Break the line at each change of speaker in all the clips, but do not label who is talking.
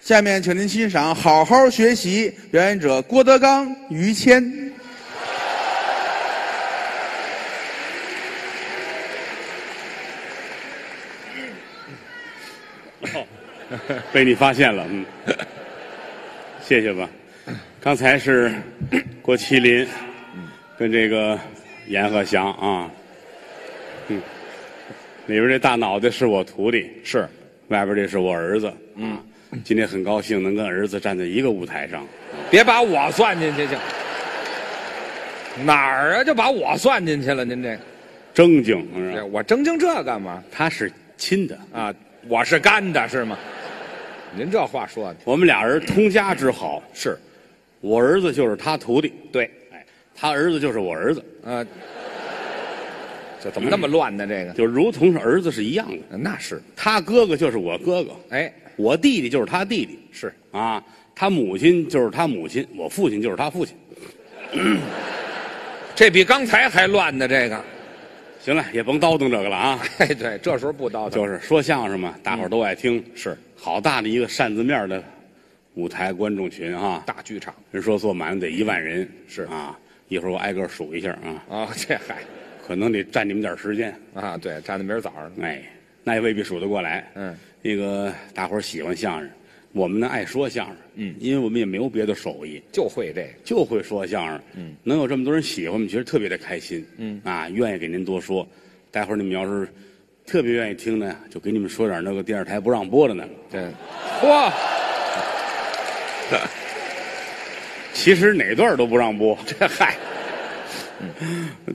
下面，请您欣赏《好好学习》，表演者郭德纲、于谦。
被你发现了，嗯，谢谢吧。刚才 是郭麒麟
嗯
跟这个阎鹤祥啊，嗯，里边这大脑袋是我徒弟，
是，
外边这是我儿子，嗯，今天很高兴能跟儿子站在一个舞台上，
别把我算进去去。哪儿啊？就把我算进去了？您这
正经是吧
个，我正经这干嘛
他是亲的，
啊？我是干的是吗？您这话说的
我们俩人通家之好，
是
我儿子就是他徒弟，
对，
哎，他儿子就是我儿子，
呃，这怎么那么乱呢？这个
就如同是儿子是一样的，
那是，
他哥哥就是我哥哥，
哎，
我弟弟就是他弟弟，
是
啊，他母亲就是他母亲，我父亲就是他父亲。
这比刚才还乱呢。这个，
行了，也甭叨叨这个了 啊，
哎，对，这时候不叨叨，
就是说相声嘛，大伙儿都爱听，
是
好大的一个扇子面的舞台观众群啊，
大剧场
人说坐满了得一万人，
是
啊，一会儿我挨个数一下啊，
啊，这还
可能得占你们点儿时间，
啊，对，站在明儿早上，
哎，那也未必数得过来，
嗯，
那个大伙儿喜欢相声，我们呢爱说相声，嗯，因为我们也没有别的手艺，
就会这个，
就会说相声，嗯，能有这么多人喜欢，我们觉得特别的开心，嗯啊，愿意给您多说。待会儿你们要是特别愿意听呢，就给你们说点那个电视台不让播的呢。
对，嚯，
其实哪段都不让播，
这嗨，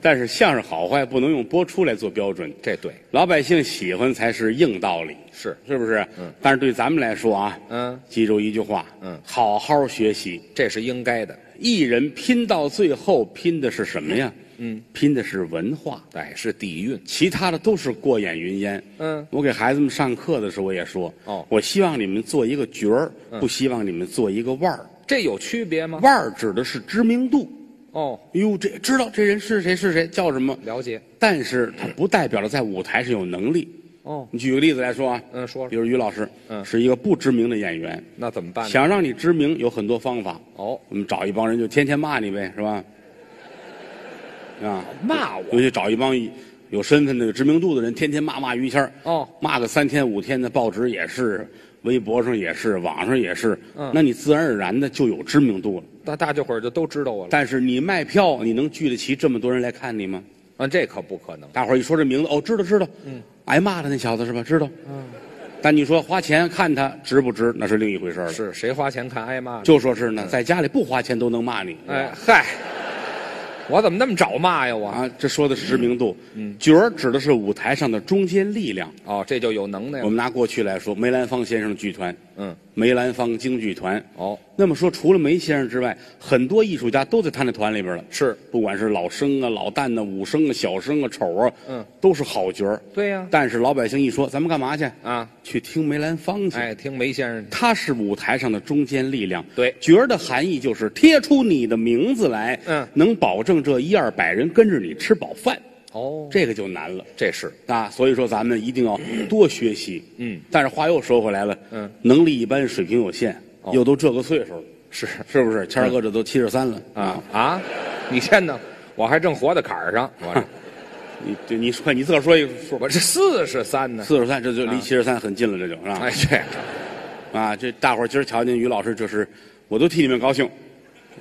但是相声好坏不能用播出来做标准，
这对
老百姓喜欢才是硬道理，
是
是不是？嗯。但是对咱们来说啊，
嗯，
记住一句话，
嗯
好好学习。
这是应该的，
艺人拼到最后拼的是什么呀？嗯，拼的是文化。
哎，是底蕴，
其他的都是过眼云烟。
嗯
我给孩子们上课的时候我也说，
哦嗯
我希望你们做一个角儿，不希望你们做一个腕儿。
这有区别吗？
腕儿指的是知名度。
哦，
哎呦，这知道这人是谁是谁，叫什么？
了解，
但是他不代表着在舞台上有能力。
哦，
你举个例子来说啊，
嗯说说
比如于老师，
嗯
是一个不知名的演员，
那怎么办呢？
想让你知名有很多方法。
哦，
我们找一帮人就天天骂你呗，是吧？啊，
骂
尤
我，
其找一帮有身份的、有知名度的人，天天骂骂于谦儿
哦
骂个三天五天的，报纸也是，微博上也是，网上也是，
嗯
那你自然而然的就有知名度了。
大大家伙儿就都知道我了，
但是你卖票，你能聚得齐这么多人来看你吗？
啊，这可不可能？
大伙儿一说这名字，哦，知道知道，嗯，挨骂的那小子是吧？知道，嗯。但你说花钱看他值不值，那是另一回事儿了。
是谁花钱看挨骂呢？
就说是呢，在家里不花钱都能骂你，
哎嗨，我怎么那么找骂呀我？
啊，这说的是知名度。嗯，角儿指的是舞台上的中坚力量。
哦，这就有能耐
我
了。
们拿过去来说，梅兰芳先生的剧团，
嗯，
梅兰芳京剧团。
哦，
那么说，除了梅先生之外，很多艺术家都在他那团里边了。
是，
不管是老生啊、老旦呐、武生啊、小生啊、丑啊，
嗯，
都是好角儿。
对呀
但是老百姓一说，咱们干嘛去？
啊，
去听梅兰芳去。
哎，听梅先生的，
他是舞台上的中坚力量。
对
角儿的含义就是贴出你的名字来，
嗯
能保证这一二百人跟着你吃饱饭，
哦，这
这个就难了。
这是
啊，所以说咱们一定要多学习。
嗯，
但是话又说回来了，
嗯，哦
能力一般，水平有限，又都这个岁数了，
是
是不是？谦儿哥这都七十三了
嗯啊，啊，你先呢，我还正活在坎儿上，我 这
你对你说你自个儿说一个数吧，
我这四十三呢，
四十三，这就离七十三很近了，这就是吧
嗯啊哎？这
啊，这大伙儿今儿瞧见于老师，这是我都替你们高兴，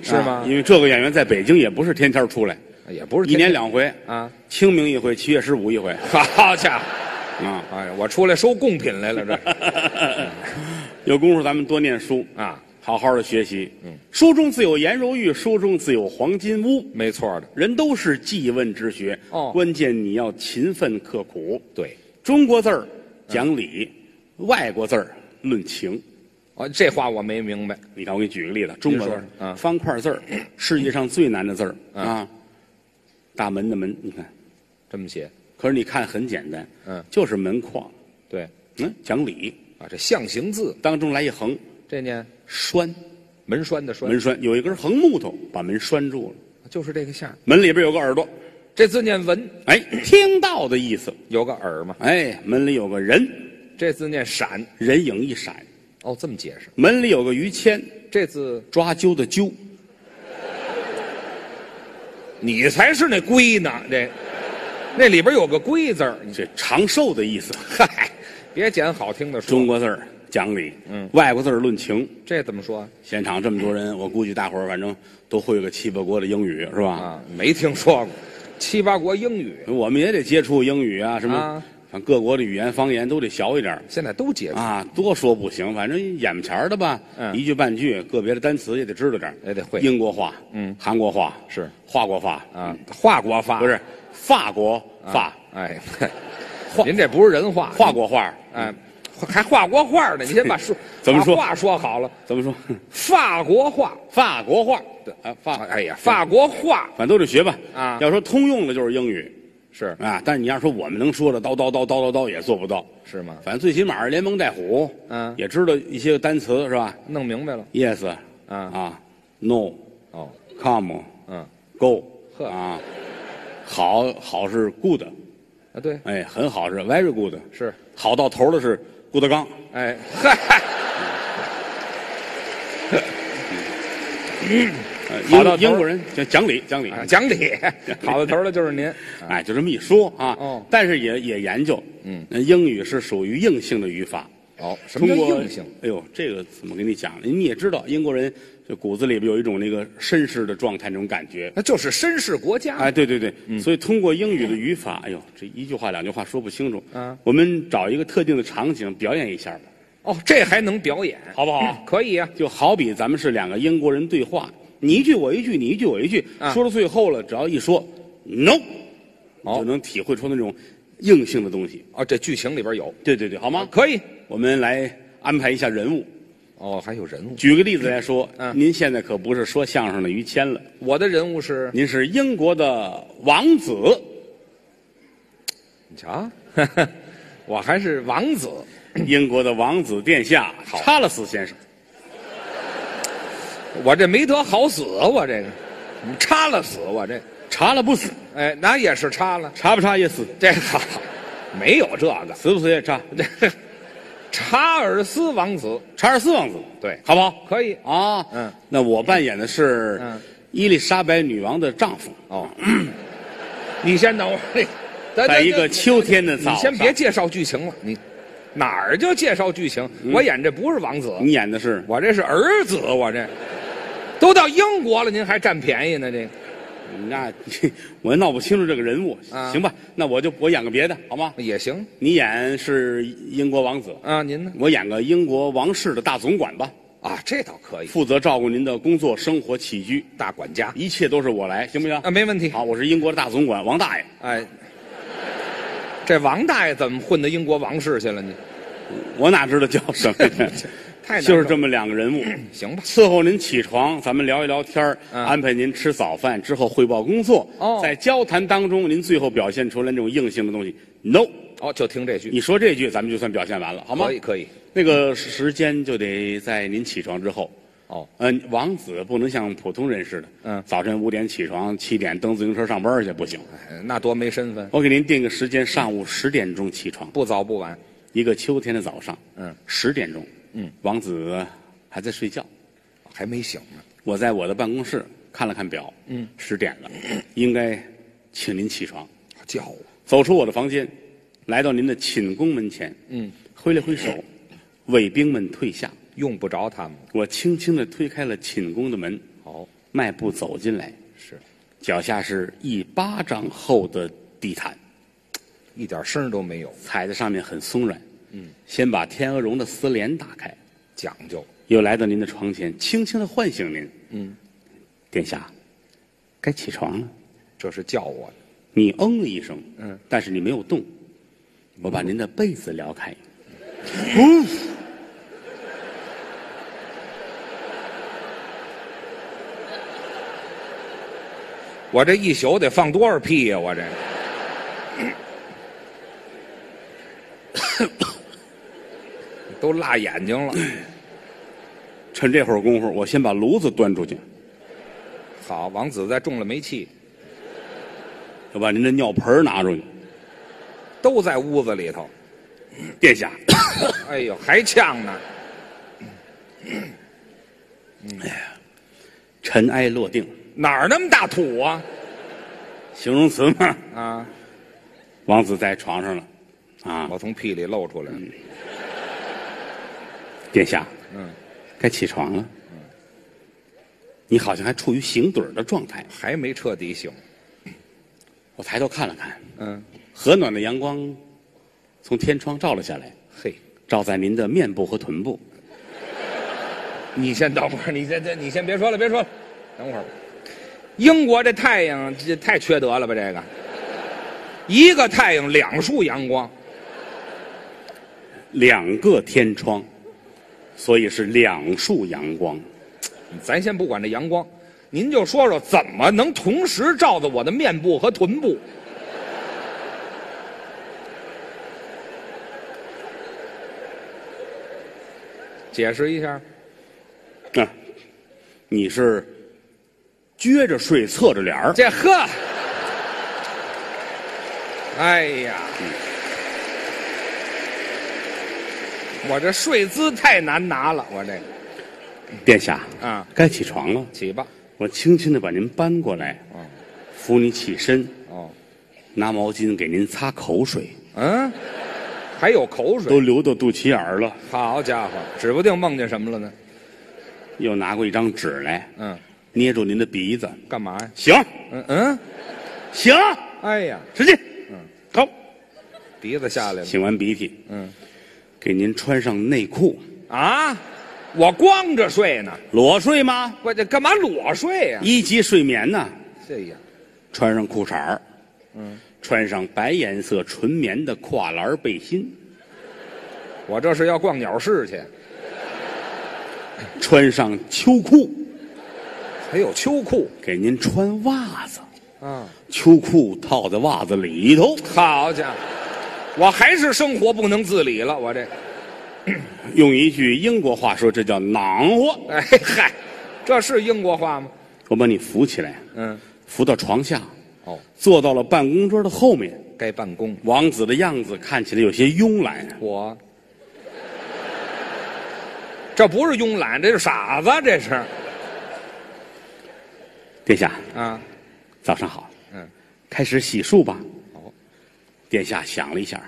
是
啊
吗
因？为这个演员在北京也不是天天出来，
也不是
一
天
年两回
啊，
清明一回，七月十五一回
好家伙，
啊。
哎，我出来收贡品来了，这
有功夫咱们多念书
啊，
好好的学习。嗯，书中自有颜如玉，书中自有黄金屋。
没错的，
人都是记问之学，
哦
关键你要勤奋刻苦。
对，
中国字
嗯
儿讲理，外国字儿论情。
哦，这话我没明白，
你看，我给你举个例子，中国字
您说
儿
啊
方块字 儿，世界上最难的字儿
嗯
啊，大门的门，你看，
这么写，
可是你看很简单，
嗯
就是门框，
对，
嗯，讲理，
啊，这象形字，
当中来一横，
这念
栓，
门栓的栓，
门栓有一根横木头把门栓住了，
就是这个下，
门里边有个耳朵，
这字念文，
哎，听到的意思，
有个耳嘛，
哎，门里有个人，
这字念闪，
人影一闪，
哦，这么解释。
门里有个于谦，
这字
抓阄的阄，
你才是那龟呢，这那里边有个龟字儿。你
这长寿的意思。
嗨，别捡好听的说。
中国字儿讲理，嗯，外国字儿论情。
这怎么说
现场这么多人，我估计大伙儿反正都会有个七八国的英语，是吧？
啊？没听说过七八国英语，
我们也得接触英语啊，什么，
啊
反正各国的语言方言都得学一点儿
现在都接触，
啊。多说不行，反正眼巴前儿的吧，
嗯
一句半句，个别的单词也得知道点儿
也得会
英国话，嗯，韩国话
是
华国话
啊，华国话
不是法国话，
哎，
话
您这不是人话，
法国话
哎，还画国画呢？你 先把说
怎么说
把话说好了，
怎么说？
法国话，
法国话啊，法
哎呀，法国话
反正都得学吧
啊
要说通用的就是英语。
是
啊，但是你要说我们能说的叨叨叨叨叨叨也做不到，
是吗？
反正最起码是连蒙带唬，
嗯
也知道一些单词是吧
弄明白了，
？Yes，
嗯
啊，No，Come，Go，
哦，嗯，呵
啊，好好是 Good，
啊对，
哎，很好是 Very Good，
是，
好到头的是郭德纲，
哎，嗨，
呃
好到头
英英国人讲讲理讲理，
啊讲理，好到头了就是您，
哎，就这么一说啊，
哦
但是也也研究，嗯，英语是属于硬性的语法，
哦，什么
通
叫
过
硬性？？
哎呦，这个怎么跟你讲？你也知道，英国人就骨子里边有一种那个绅士的状态，那种感觉。
那就是绅士国家，
哎，对对对，
嗯
所以通过英语的语法，哎呦，这一句话两句话说不清楚。
嗯
我们找一个特定的场景表演一下吧，
哦，这还能表演，
好不好？
可以啊，
就好比咱们是两个英国人对话，你一句我一句，你一句我一句，
啊
说到最后了，只要一说 no，、
哦
就能体会出那种硬性的东西。
哦，这剧情里边有，
对对对，好吗？
可以，
我们来安排一下人物。
哦，还有人物，
举个例子来说，
嗯
您现在可不是说相声的于谦了，
我的人物是，
您是英国的王 子，
你瞧， 我还是王子，
英国的王子殿下查勒斯先生。
我这没得好死，我这个，插了死，我这，
查了不死，
哎，那也是插了，
查不查也死，
这个没有这个，
死不死也查。
这 查尔斯王子
查尔斯王子，
对
好不好？
可以，
啊，
嗯，
那我扮演的是
嗯
伊丽莎白女王的丈夫，
哦， 你先等会儿， 嘿咱
在一个秋天的早
哎你
上，
先别介绍剧情了，你哪儿就介绍剧情？
嗯
我演这不是王子，
你演的是
我这是儿子，我这都到英国了，您还占便宜呢？这个
那 我闹不清楚这个人物，
啊
行吧？那我就我演个别的，好吗？
也行
你演是英国王子，
啊，您呢？
我演个英国王室的大总管吧，
啊，这倒可以，
负责照顾您的工作、生活、起居，
大管家
一切都是我来，行不行？
啊，没问题。
好，我是英国的大总管王大爷，
哎，这王大爷怎么混到英国王室去了？你
我哪知道叫什么呀？
太 难
就是
弄
这么两个人物。
行吧？
伺候您起床，咱们聊一聊天儿
嗯
安排您吃早饭之后汇报工作。
哦
在交谈当中，您最后表现出来那种硬性的东西，no，
哦，就听这句，
你说这句，咱们就算表现完了，好吗
可？以可以。
那个时间就得在您起床之后。
哦，
嗯，王子不能像普通人似的，
嗯
早晨五点起床，七点蹬自行车上班去，不行。
哎那多没身份，
我给您定个时间，上午十点钟起床，
不早不晚。
一个秋天的早上，
嗯，
十点钟，嗯，王子还在睡觉，
还没醒呢。
我在我的办公室看了看表，嗯，十点了，应该请您起床。
叫我
走出我的房间，来到您的寝宫门前，嗯，挥了挥手，卫兵们退下，
用不着他们。
我轻轻地推开了寝宫的门，
好，
迈步走进来，
是
脚下是一巴掌厚的地毯，
一点声儿都没有，
踩在上面很松软。嗯，先把天鹅绒的丝帘打开，
讲究。
又来到您的床前，轻轻的唤醒您。嗯，殿下，该起床了。
这是叫啊我的，
你嗯了一声，
嗯，
但是你没有动。我把您的被子撩开，
我这一宿得放多少屁呀、我这都辣眼睛了。
趁这会儿功夫，我先把炉子端出去，
好，王子再中了煤气，
要把您的尿盆儿拿出去。
都在屋子里头。
殿下，
哎呦，还呛呢。
尘埃落定，
哪儿那么大土啊？
形容词嘛。
啊，
王子在床上了，啊，
我从屁里露出来了，
殿下，
嗯，
该起床了。你好像还处于醒盹儿的状态。
还没彻底醒。
我抬头看了看，
嗯，
和暖的阳光从天窗照了下来，
嘿，
照在您的面部和臀部。
你先等会儿，你先这，你先别说了，别说了，等会儿吧。英国这太阳这太缺德了吧？这个，一个太阳两束阳光，
两个天窗，所以是两束阳光。
咱先不管这阳光，您就说说怎么能同时照在我的面部和臀部？解释一下，
啊，你是撅着睡，侧着脸儿，
这呵，哎呀，我这睡姿太难拿了，我这个
殿下
啊，
该起床了。
起吧，
我轻轻的把您搬过来，
哦
扶你起身，
哦，
拿毛巾给您擦口水，
嗯，还有口水，
都流到肚脐眼儿了。
好家伙，指不定梦见什么了呢，
又拿过一张纸来，
嗯。
捏住您的鼻子，
干嘛呀？
行
嗯嗯，
行，
哎呀，
使劲，嗯，好。
鼻子下来了
擤完鼻涕，
嗯，
给您穿上内裤，
啊！我光着睡呢，
裸睡吗？
我这干嘛裸睡呀、
一级睡眠呢？
这呀，
穿上裤衩儿，嗯，穿上白颜色纯棉的跨栏背心，
我这是要逛鸟市去，
穿上秋裤，
还有秋裤
给您穿袜子，
啊！
秋裤套在袜子里头，
好家伙，我还是生活不能自理了，我这，
用一句英国话说，这叫囊和。
哎嗨，这是英国话吗？
我把你扶起来，
嗯，
扶到床下，
哦，
坐到了办公桌的后面。
该办公，
王子的样子看起来有些慵懒，啊
我。这不是慵懒，这是傻子，这是
殿下，
啊，
早上好，
嗯，
开始洗漱吧。
好，
殿下想了一下，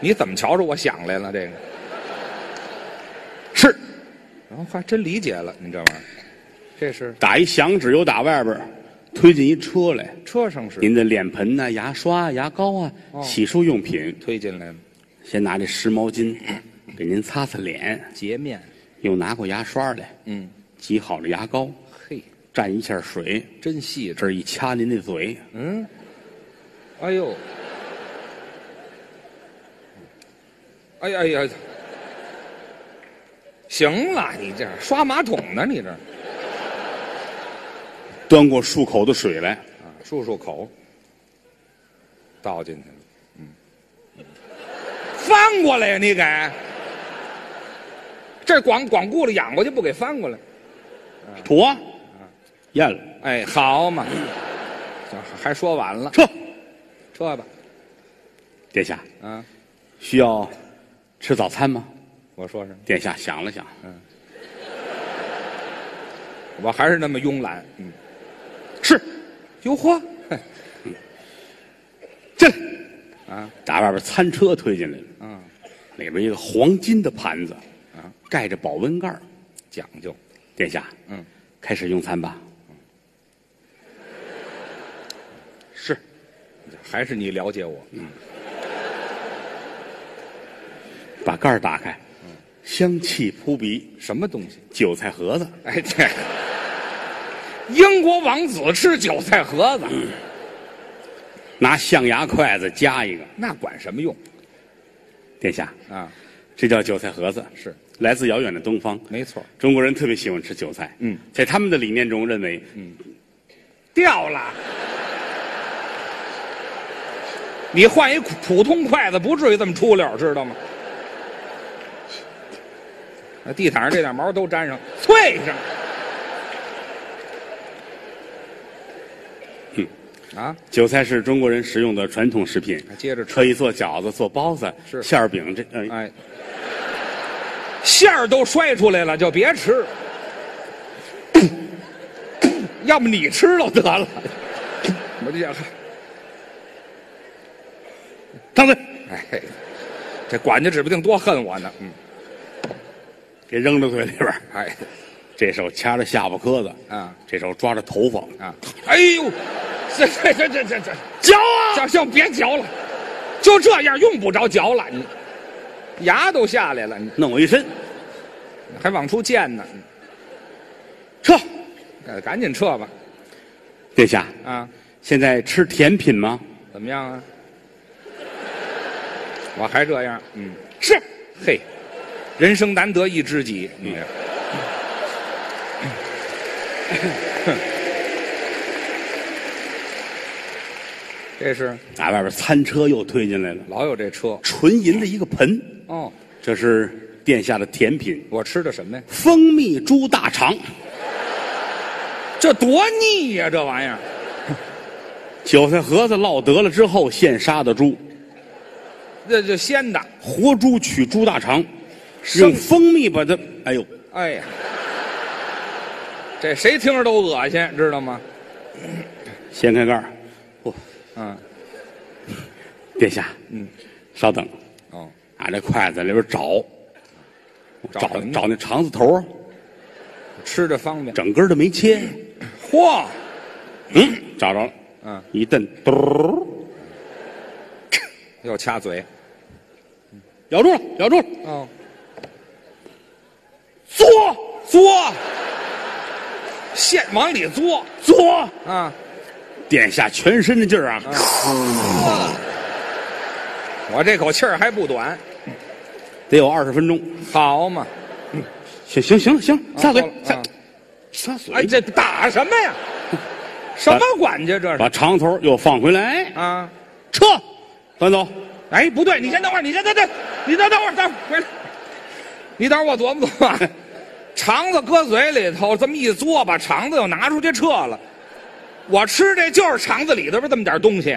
你怎么瞧着我想来了这个？
是
然后还真理解了，你这玩意儿，这是
打一响指，又打外边儿，推进一车来。
车上是哦
您的脸盆呐、牙刷、牙膏啊、洗漱用品，
推进来了，
先拿这湿毛巾 给您擦擦脸，
洁面，
又拿过牙刷来，
嗯，
挤好了牙膏，
嘿，
蘸一下水，
真细致，
这儿一掐您的嘴，
嗯，哎呦，哎呀哎呀，行了，你这刷马桶呢，你这
端过漱口的水来，
啊，漱漱口，倒进去了，嗯，翻过来呀、你给，这光光顾着养过去不给翻过来。嗯
吐啊，咽了，
哎，好嘛，还说完了，
撤。
撤吧。
殿下
啊，
需要吃早餐吗？
我说什么？
殿下想了想，
我还是那么慵懒。嗯，
是，
哟呵，嘿
进来。
啊，
打外边餐车推进来了，
嗯，
里边一个黄金的盘子，
啊，
盖着保温盖儿
讲究。
殿下，
嗯，
开始用餐吧。是，
还是你了解我。
把盖儿打开，
嗯
香气扑鼻，
什么东西？
韭菜盒子，
哎，这英国王子吃韭菜盒子，
拿象牙筷子夹一个。
那管什么用
殿下，
啊？
这叫韭菜盒子，
是
来自遥远的东方。
没错，
中国人特别喜欢吃韭菜，
嗯，
在他们的理念中认为，
掉了。你换一普通筷子，不至于这么出溜，知道吗？那地毯上这点毛都粘上，脆上。
嗯
啊，
韭菜是中国人食用的传统食品。
哎还接着吃，
可以做饺子、做包子、
是
馅儿饼，这呃，
哎，馅儿都摔出来了，就别吃。要么你吃了得了。 我就想，
张嘴，
哎，这管家指不定多恨我呢。嗯，
给扔到嘴里边儿。
哎，
这手掐着下巴磕子，
啊，
这手抓着头发，
啊，哎呦，这这这这这这，
嚼啊！
行行，别嚼了，就这样，用不着嚼了，你牙都下来了，你
弄我一身，
还往出溅呢，嗯
撤！
呃赶紧撤吧。
殿下，
啊，
现在吃甜品吗？
怎么样啊？我还这样，嗯，是，嘿，人生难得一知己，嗯。 这是
啊，外边餐车又推进来了，
老有这车
纯银的一个盆，
哦。
这是殿下的甜品
我吃的什么呀？
蜂蜜猪大肠，
这多腻呀、这玩意儿
韭菜盒子烙得了之后现杀的猪，
这这鲜的，
活猪取猪大肠，
生
用蜂蜜把它，哎呦，
哎呀，这谁听着都恶心，知道吗？
掀开盖儿，嚯，
嗯，
殿下，嗯，稍等，
哦，
拿这筷子里边找，
找
找
什么呢
找那肠子头啊，
吃着方便。
整根儿都没切，
嚯，
嗯，找着了，
嗯，
一蹬，嘟儿，
又掐嘴。
咬住了，咬住了，
哦，
嘬
嘬，现往里嘬
嘬，
啊！
殿下全身的劲儿啊，
嗯我这口气儿还不短，
得有二十分钟。
好嘛！
行行行行，撒嘴
够了
撒
啊
撒嘴，
哎，这打什么呀？什么管家这是
把长头又放回来，
啊？
撤，端走。
哎，不对，你先等会儿，你先等等，你再等会儿，等会儿回来，你等会儿我琢磨琢磨，肠子搁嘴里头这么一嘬，把肠子又拿出去撤了，我吃这就是肠子里头边这么点东西，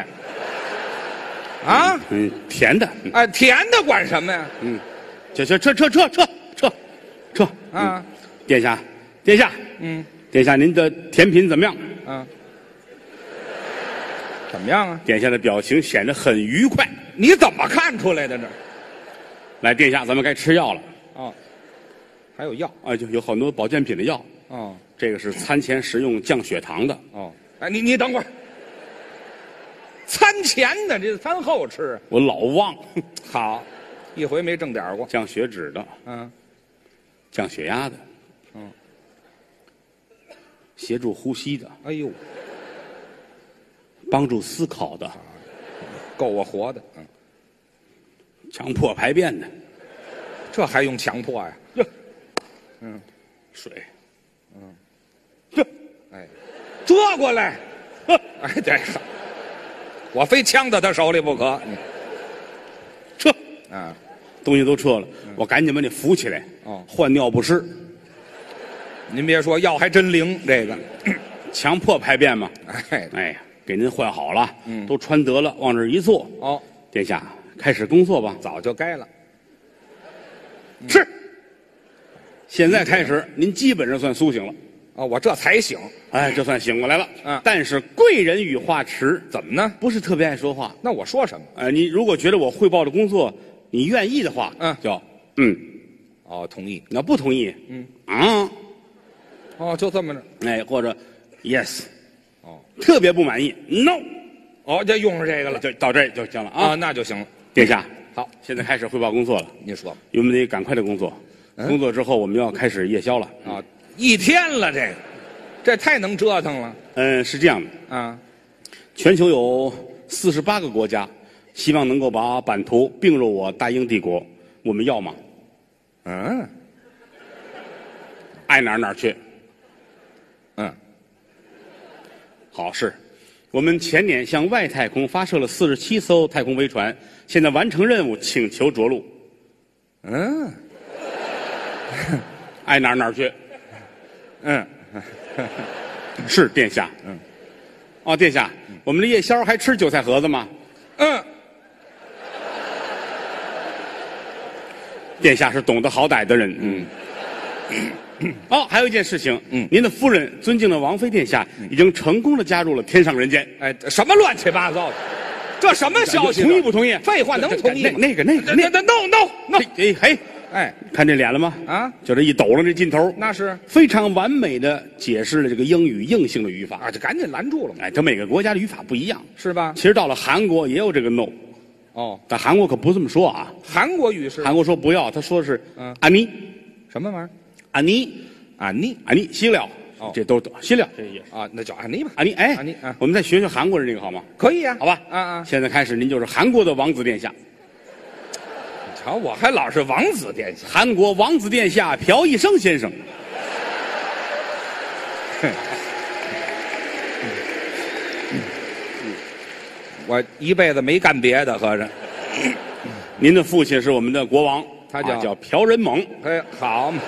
啊，
嗯，甜的，嗯
哎，甜的管什么呀？
嗯，行行，撤撤撤撤撤撤，
啊
嗯，殿下，殿下，
嗯
殿下，您的甜品怎么样？
啊，怎么样啊？
殿下的表情显得很愉快。
你怎么看出来的这？
来，殿下，咱们该吃药了
哦，还有药
啊，就有很多保健品的药，
哦
这个是餐前食用降血糖的。
哦，哎，你你等会儿，餐前的这餐后吃。
我老忘
好，一回没正点儿过。
降血脂的，
嗯，
降血压的，
嗯，
协助呼吸的，
哎呦，
帮助思考的，
够我活的。嗯，
强迫排便的，
这还用强迫呀、
水，
哎，遮过来。哎，对，我非呛到他手里不可。嗯
撤，
啊，
东西都撤了，我赶紧把你扶起来，
嗯哦
换尿不湿，
您别说，药还真灵，这个。
强迫排便嘛，
哎，
哎呀，给您换好了，嗯，都穿得了，往这儿一坐，
哦，
殿下开始工作吧，
早就该了。
是，现在开始，您基本上算苏醒了，
哦，我这才醒，
哎，这算醒过来了，
嗯
但是贵人语化迟，
怎么呢？
不是特别爱说话，
那我说什么？
呃，你如果觉得我汇报的工作你愿意的话，
嗯
就嗯，
哦，同意。
你要不同意，嗯啊，
哦，就这么着。
哎，或者 yes，
哦
特别不满意 no，
哦，就用上这个了。
就到这儿就行了
啊，
啊。
那就行了。
殿下，
好，
现在开始汇报工作了，
您说吧。
我们得赶快的工作，
嗯
工作之后我们要开始夜宵了。
啊，一天了，这个，这太能折腾了
嗯，是这样的，
啊！
全球有四十八个国家，希望能够把版图并入我大英帝国，我们要吗？
嗯
爱哪儿哪儿去。
嗯，
好是，我们前年向外太空发射了四十七艘太空微船，现在完成任务，请求着陆。
嗯
爱哪儿哪儿去。
嗯，
是殿下。嗯。哦，殿下，
嗯
我们的夜宵还吃韭菜盒子吗？
嗯，
殿下是懂得好歹的人，嗯。哦，还有一件事情，嗯，您的夫人，尊敬的王妃殿下，
嗯
已经成功的加入了天上人间，
哎，什么乱七八糟的，这什么消息？
同意不同意
废话，能同意
那
吗？
那个那个那
那那 no no
哎
no，
哎嘿，
哎，
看这脸了吗？
啊
就这一抖了这劲头，
那是
非常完美的解释了这个英语硬性的语法。
啊，就赶紧拦住了嘛，
哎，它每个国家的语法不一样。
是吧
其？实到了韩国也有这个 no，
哦，
但韩国可不这么说啊。
韩国语是
韩国说不要，他说是
嗯
安妮，
什么玩意儿？
安妮，
啊你
安妮，西了
哦，
这都懂西了，这也是
啊，那叫安妮吧，
安妮。哎，
安妮啊
我们再学学韩国人这个好吗？
可以呀，
好吧，
啊啊，
现在开始，您就是韩国的王子殿下，
瞧我还老是王子殿下，
韩国王子殿下朴一生先生。
我一辈子没干别的，合着，
您的父亲是我们的国王，
他叫
啊叫朴仁猛。
哎，好嘛，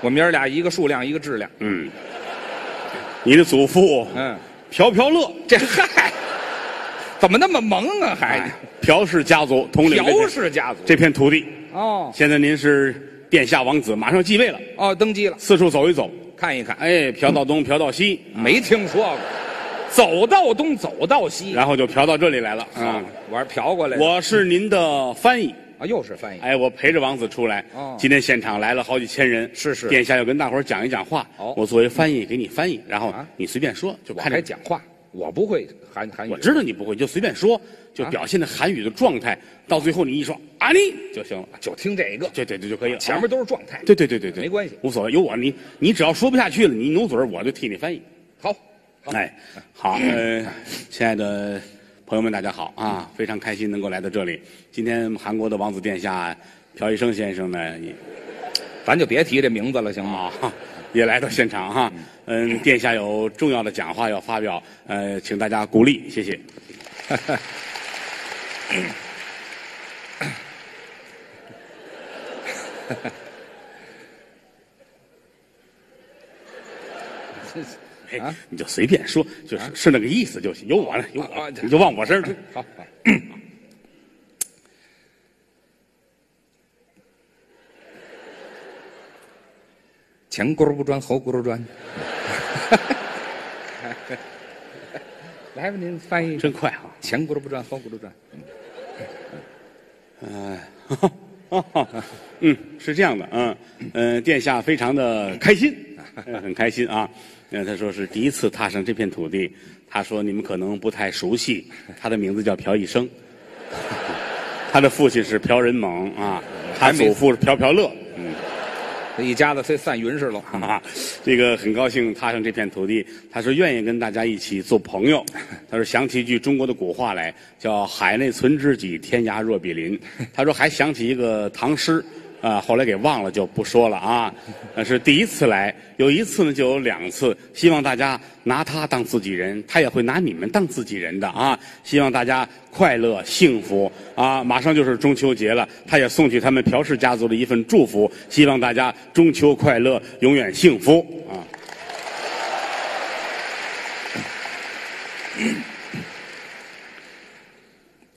我们爷儿俩一个数量一个质量，
嗯，你的祖父
嗯，
朴朴乐，
这嗨，怎么那么萌啊还
哎？，朴氏家族统领这片
朴氏家族
这片土地。
哦
现在您是殿下王子，马上继位了，
哦，登基了，
四处走一走。
看一看，
哎，朴到东，朴到西，
没听说过，走到东走到西，
然后就朴到这里来了。
啊
啊，，
我是嫖过来的，
我是您的翻译。
啊又是翻译，
哎，我陪着王子出来。
哦
今天现场来了好几千人。
是是
殿下要跟大伙儿讲一讲话。
哦
我作为翻译给你翻译，然后
啊
你随便说，就
我
看着
还。讲话，我不会韩韩语，啊
我知道你不会，你就随便说，就表现的韩语的状态。到最后你一说啊你就行了，
就听这一个，
对对对就可以了。
前面都是状态，
对对对对对，
没关系，
无所谓，有我你你只要说不下去了，你努嘴儿我就替你翻译。
好，
哎，好，呃，亲爱的朋友们，大家好啊！非常开心能够来到这里。今天韩国的王子殿下朴医生先生呢，也
咱就别提这名字了，行吗？
啊、也来到现场哈、嗯，殿下有重要的讲话要发表，呃，请大家鼓励，谢 谢。哎
啊
你就随便说，就是、是那个意思就行，有我呢，有我，
啊啊
你就往我身上推。
好，好 前轱辘不转，后轱辘转。 来吧，您翻译。
真快啊！
前轱辘不转，后轱辘转。
嗯，是这样的，嗯，呃，殿下非常的开心，呃很开心啊。嗯，他说是第一次踏上这片土地，他说你们可能不太熟悉，他的名字叫朴一生， 他的父亲是朴仁猛啊，他祖父是朴朴乐，
这一家子非散云似的。
啊， 这个很高兴踏上这片土地。他说愿意跟大家一起做朋友。他说想起一句中国的古话来，叫“海内存知己，天涯若比邻”。他说还想起一个唐诗。啊，后来给忘了就不说了啊。但是第一次来，有一次呢就有两次，希望大家拿他当自己人，他也会拿你们当自己人的啊。希望大家快乐幸福啊！马上就是中秋节了，他也送去他们朴氏家族的一份祝福，希望大家中秋快乐，永远幸福啊！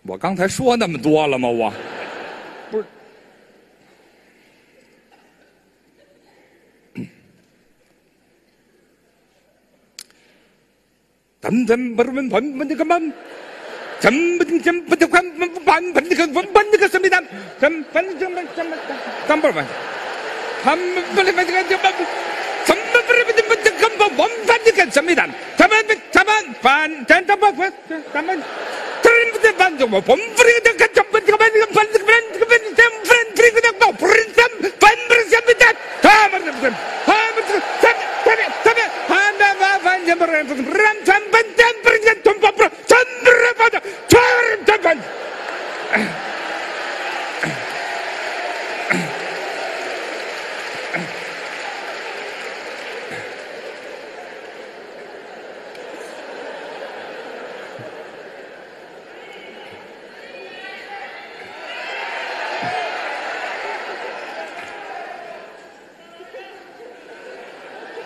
我刚才说那么多了吗？我不是。咱咱不是问咱问这个嘛？咱们咱不这管不管不这个不不这个什么咱咱咱咱咱咱咱不问，咱们不是问这个这不怎么不是不这不这根本我们反这个什么咱咱们咱们反咱咱们反咱们。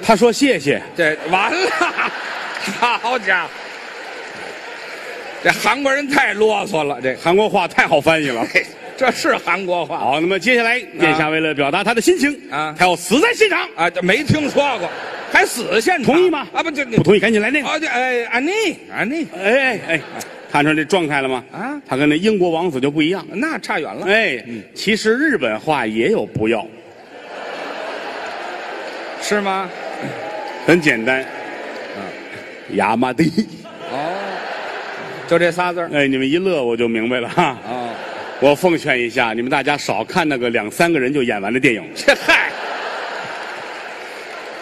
他说谢谢，
这完了，好家伙！这韩国人太啰嗦了，这
韩国话太好翻译了。
这是韩国话
好，那么接下来，殿下为了表达他的心情
啊
他要死在现场，
啊？这没听说过，还死现场？
同意吗？
啊，不，这
不同意，赶紧来那个。
啊，这哎，安妮，安妮，
哎哎哎，看出来这状态了吗？
啊
他跟那英国王子就不一样。
那差远了。
哎，其实日本话也有不要，
是吗？
很简单。啊亚麻 地，
哦，就这仨字儿。
哎，你们一乐我就明白了哈。
哦，
我奉劝一下，你们大家少看那个两三个人就演完的电影。
这嗨，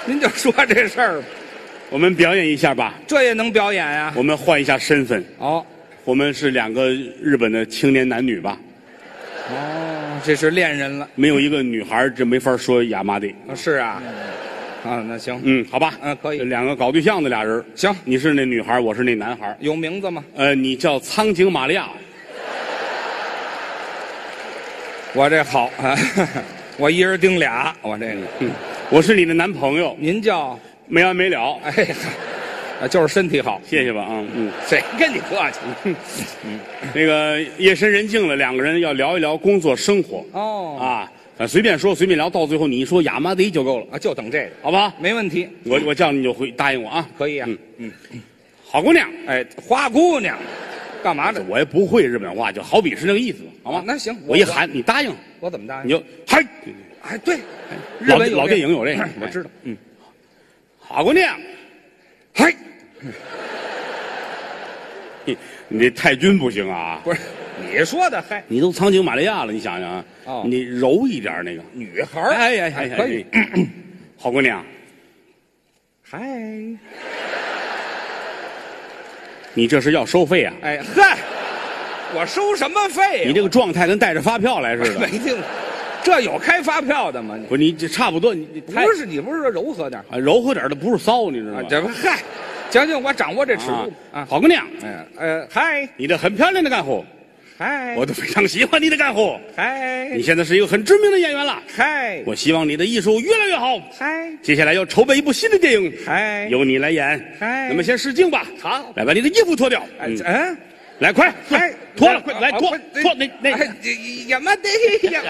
您就说这事儿吧，
我们表演一下吧，
这也能表演呀、
我们换一下身份，
哦
我们是两个日本的青年男女吧，
哦，这是恋人了。
没有一个女孩儿这没法说亚麻地。
啊是啊，啊，那行，
嗯，好吧，
嗯可以
两个搞对象的俩人，
行
你是那女孩儿，我是那男孩儿。
有名字吗？
呃，你叫苍井玛利亚，
我这好 啊，我一人盯俩，我这个。
嗯，我是你的男朋友，
您叫
没完没了，
哎呀，啊就是身体好，
谢谢吧啊，嗯，
谁跟你客气？
那个夜深人静了，两个人要聊一聊工作生活
哦
啊，呃随便说随便聊，到最后你一说亚麻迪就够了，
啊，就等这个，
好吧？
没问题，
我我叫你就回答应我啊，
嗯可以啊。
嗯好姑娘，
哎，花姑娘，干嘛的？
我也不会日本话，就好比是那个意思，好吗
啊？那行
我一喊你答应，
我怎么答
你
应？
就嗨，
哎，对，日
老
本有
老
这
电影有这个
个，， 我知道。嗯，
好姑娘，
嗨，
嘿你这太君不行啊，
不是你说的嗨，
你都苍井玛利亚了，你想想啊，
哦
你柔一点那个，
女孩儿
哎呀哎呀，
可以。
哎呀，好姑娘，哎
嗨，
你这是要收费啊？
哎嗨，我收什么费呀？
你这个状态跟带着发票来似的，
没听，这有开发票的吗？你
不是你这差不多，你你太
不是你不是说柔和点儿
啊柔和点儿的不是骚，你知道
啊
吗？？
这不嗨，将近我掌握这尺度
啊
啊。
好姑娘，
哎呃，嗨
你的很漂亮的干活，
嗨，
我都非常喜欢你的干活。
嗨
你现在是一个很知名的演员了，
嗨
我希望你的艺术越来越好。
嗨
接下来要筹备一部新的电影，
嗨，
由你来演。
嗨
那么先试镜吧。
哎好
来把你的衣服脱掉。
哎
嗯
这嗯
来快，
嗨
脱了，快来
啊
脱
我
脱那那
哎
个。
呀呀妈的呀！